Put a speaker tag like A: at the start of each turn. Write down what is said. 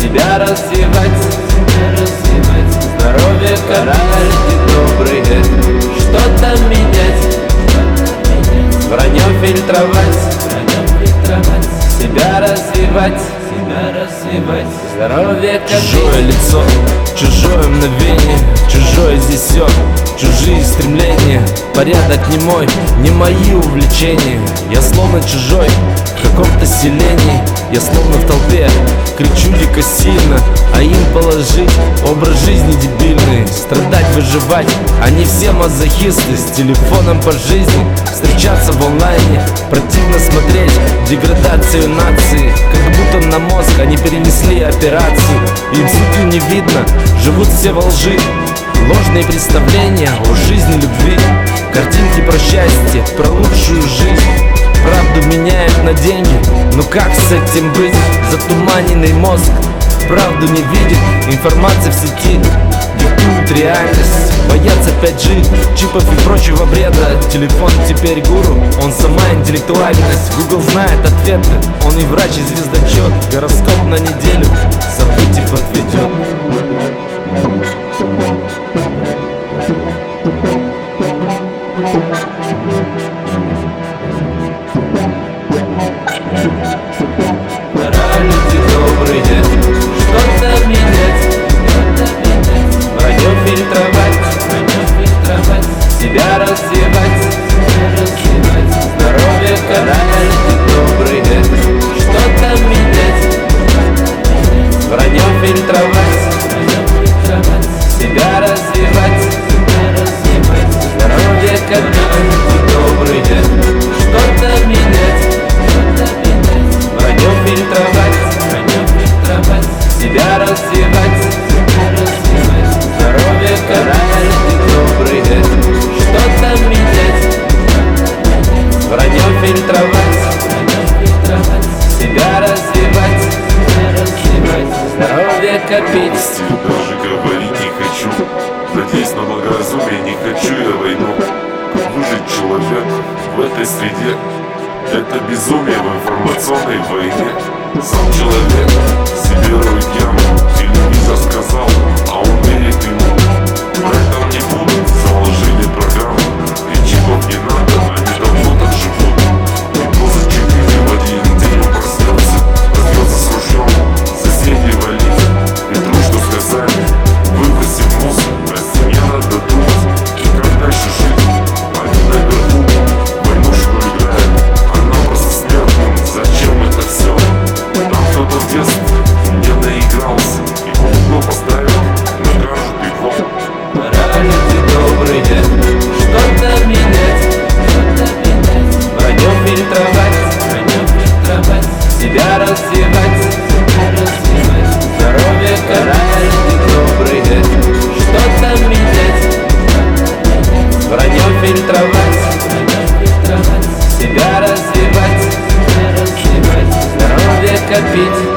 A: Тебя развивать, тебя развивать Здоровье карать недобрые Что-то менять Вранье фильтровать, вранье фильтровать Себя развивать, себя развивать Здоровье как
B: Чужое лицо, чужое мгновение Чужое здесь все, чужие стремления Порядок не мой, не мои увлечения Я словно чужой в каком-то селении Я словно в толпе, кричу дико сильно А им положить образ жизни дебильный Страдать, выживать, они все мазохисты С телефоном по жизни, встречаться в онлайне Противно смотреть деградацию нации Как будто на мозг они перенесли операцию Им сутью не видно, живут все во лжи Ложные представления о жизни любви Картинки про счастье, про лучшую жизнь Правду меняют на деньги, но как с этим быть? Затуманенный мозг правду не видит, информация в сети диктует реальность Боятся 5G, чипов и прочего бреда Телефон теперь гуру, он сама интеллектуальность Google знает ответы, он и врач, и звездочет Гороскоп на неделю событий подведет
A: Пора люди добрые Что-то менять, вранье фильтровать, вранье фильтровать Себя развивать, себя развивать Здоровье карать добрые Что-то менять, вранье фильтровать, вранье фильтровать Себя развивать, себя развивать Здоровье карать добрые Что-то менять, что-то менять Вранье фильтровать, вранье фильтровать, себя развивать, себя развивать, здоровье карать и добрые, что-то менять, вранье фильтровать, вранье фильтровать, себя развивать, себя развивать, здоровье копить.
C: тебе даже говорить не хочу Надеюсь на благоразумие, не хочу я войну Выжить человек в этой среде Это безумие в информационной войне Сам человек себе роет яму Телевизор сказал, а он верит ему Врать там не будут, заложили программу И чипов не надо, они давно так живут И поза чипили в один день он проснется Разбьется с ружьем, соседей валить И дружно сказали, выбросим мусор О семье надо думать, и как дальше жить Они наверху войнушку играют Она просто смертным, зачем это все? Там кто-то в детстве не наигрался И полотно поставил, накажут его
A: Пора люди добрые, что-то менять, что-то менять. Враньем фильтровать, враньем фильтровать, себя развивать, себя развивать. Здоровье карать и добрые, что-то менять. Враньем фильтровать, враньем фильтровать, себя развивать, себя развивать. Здоровье копить.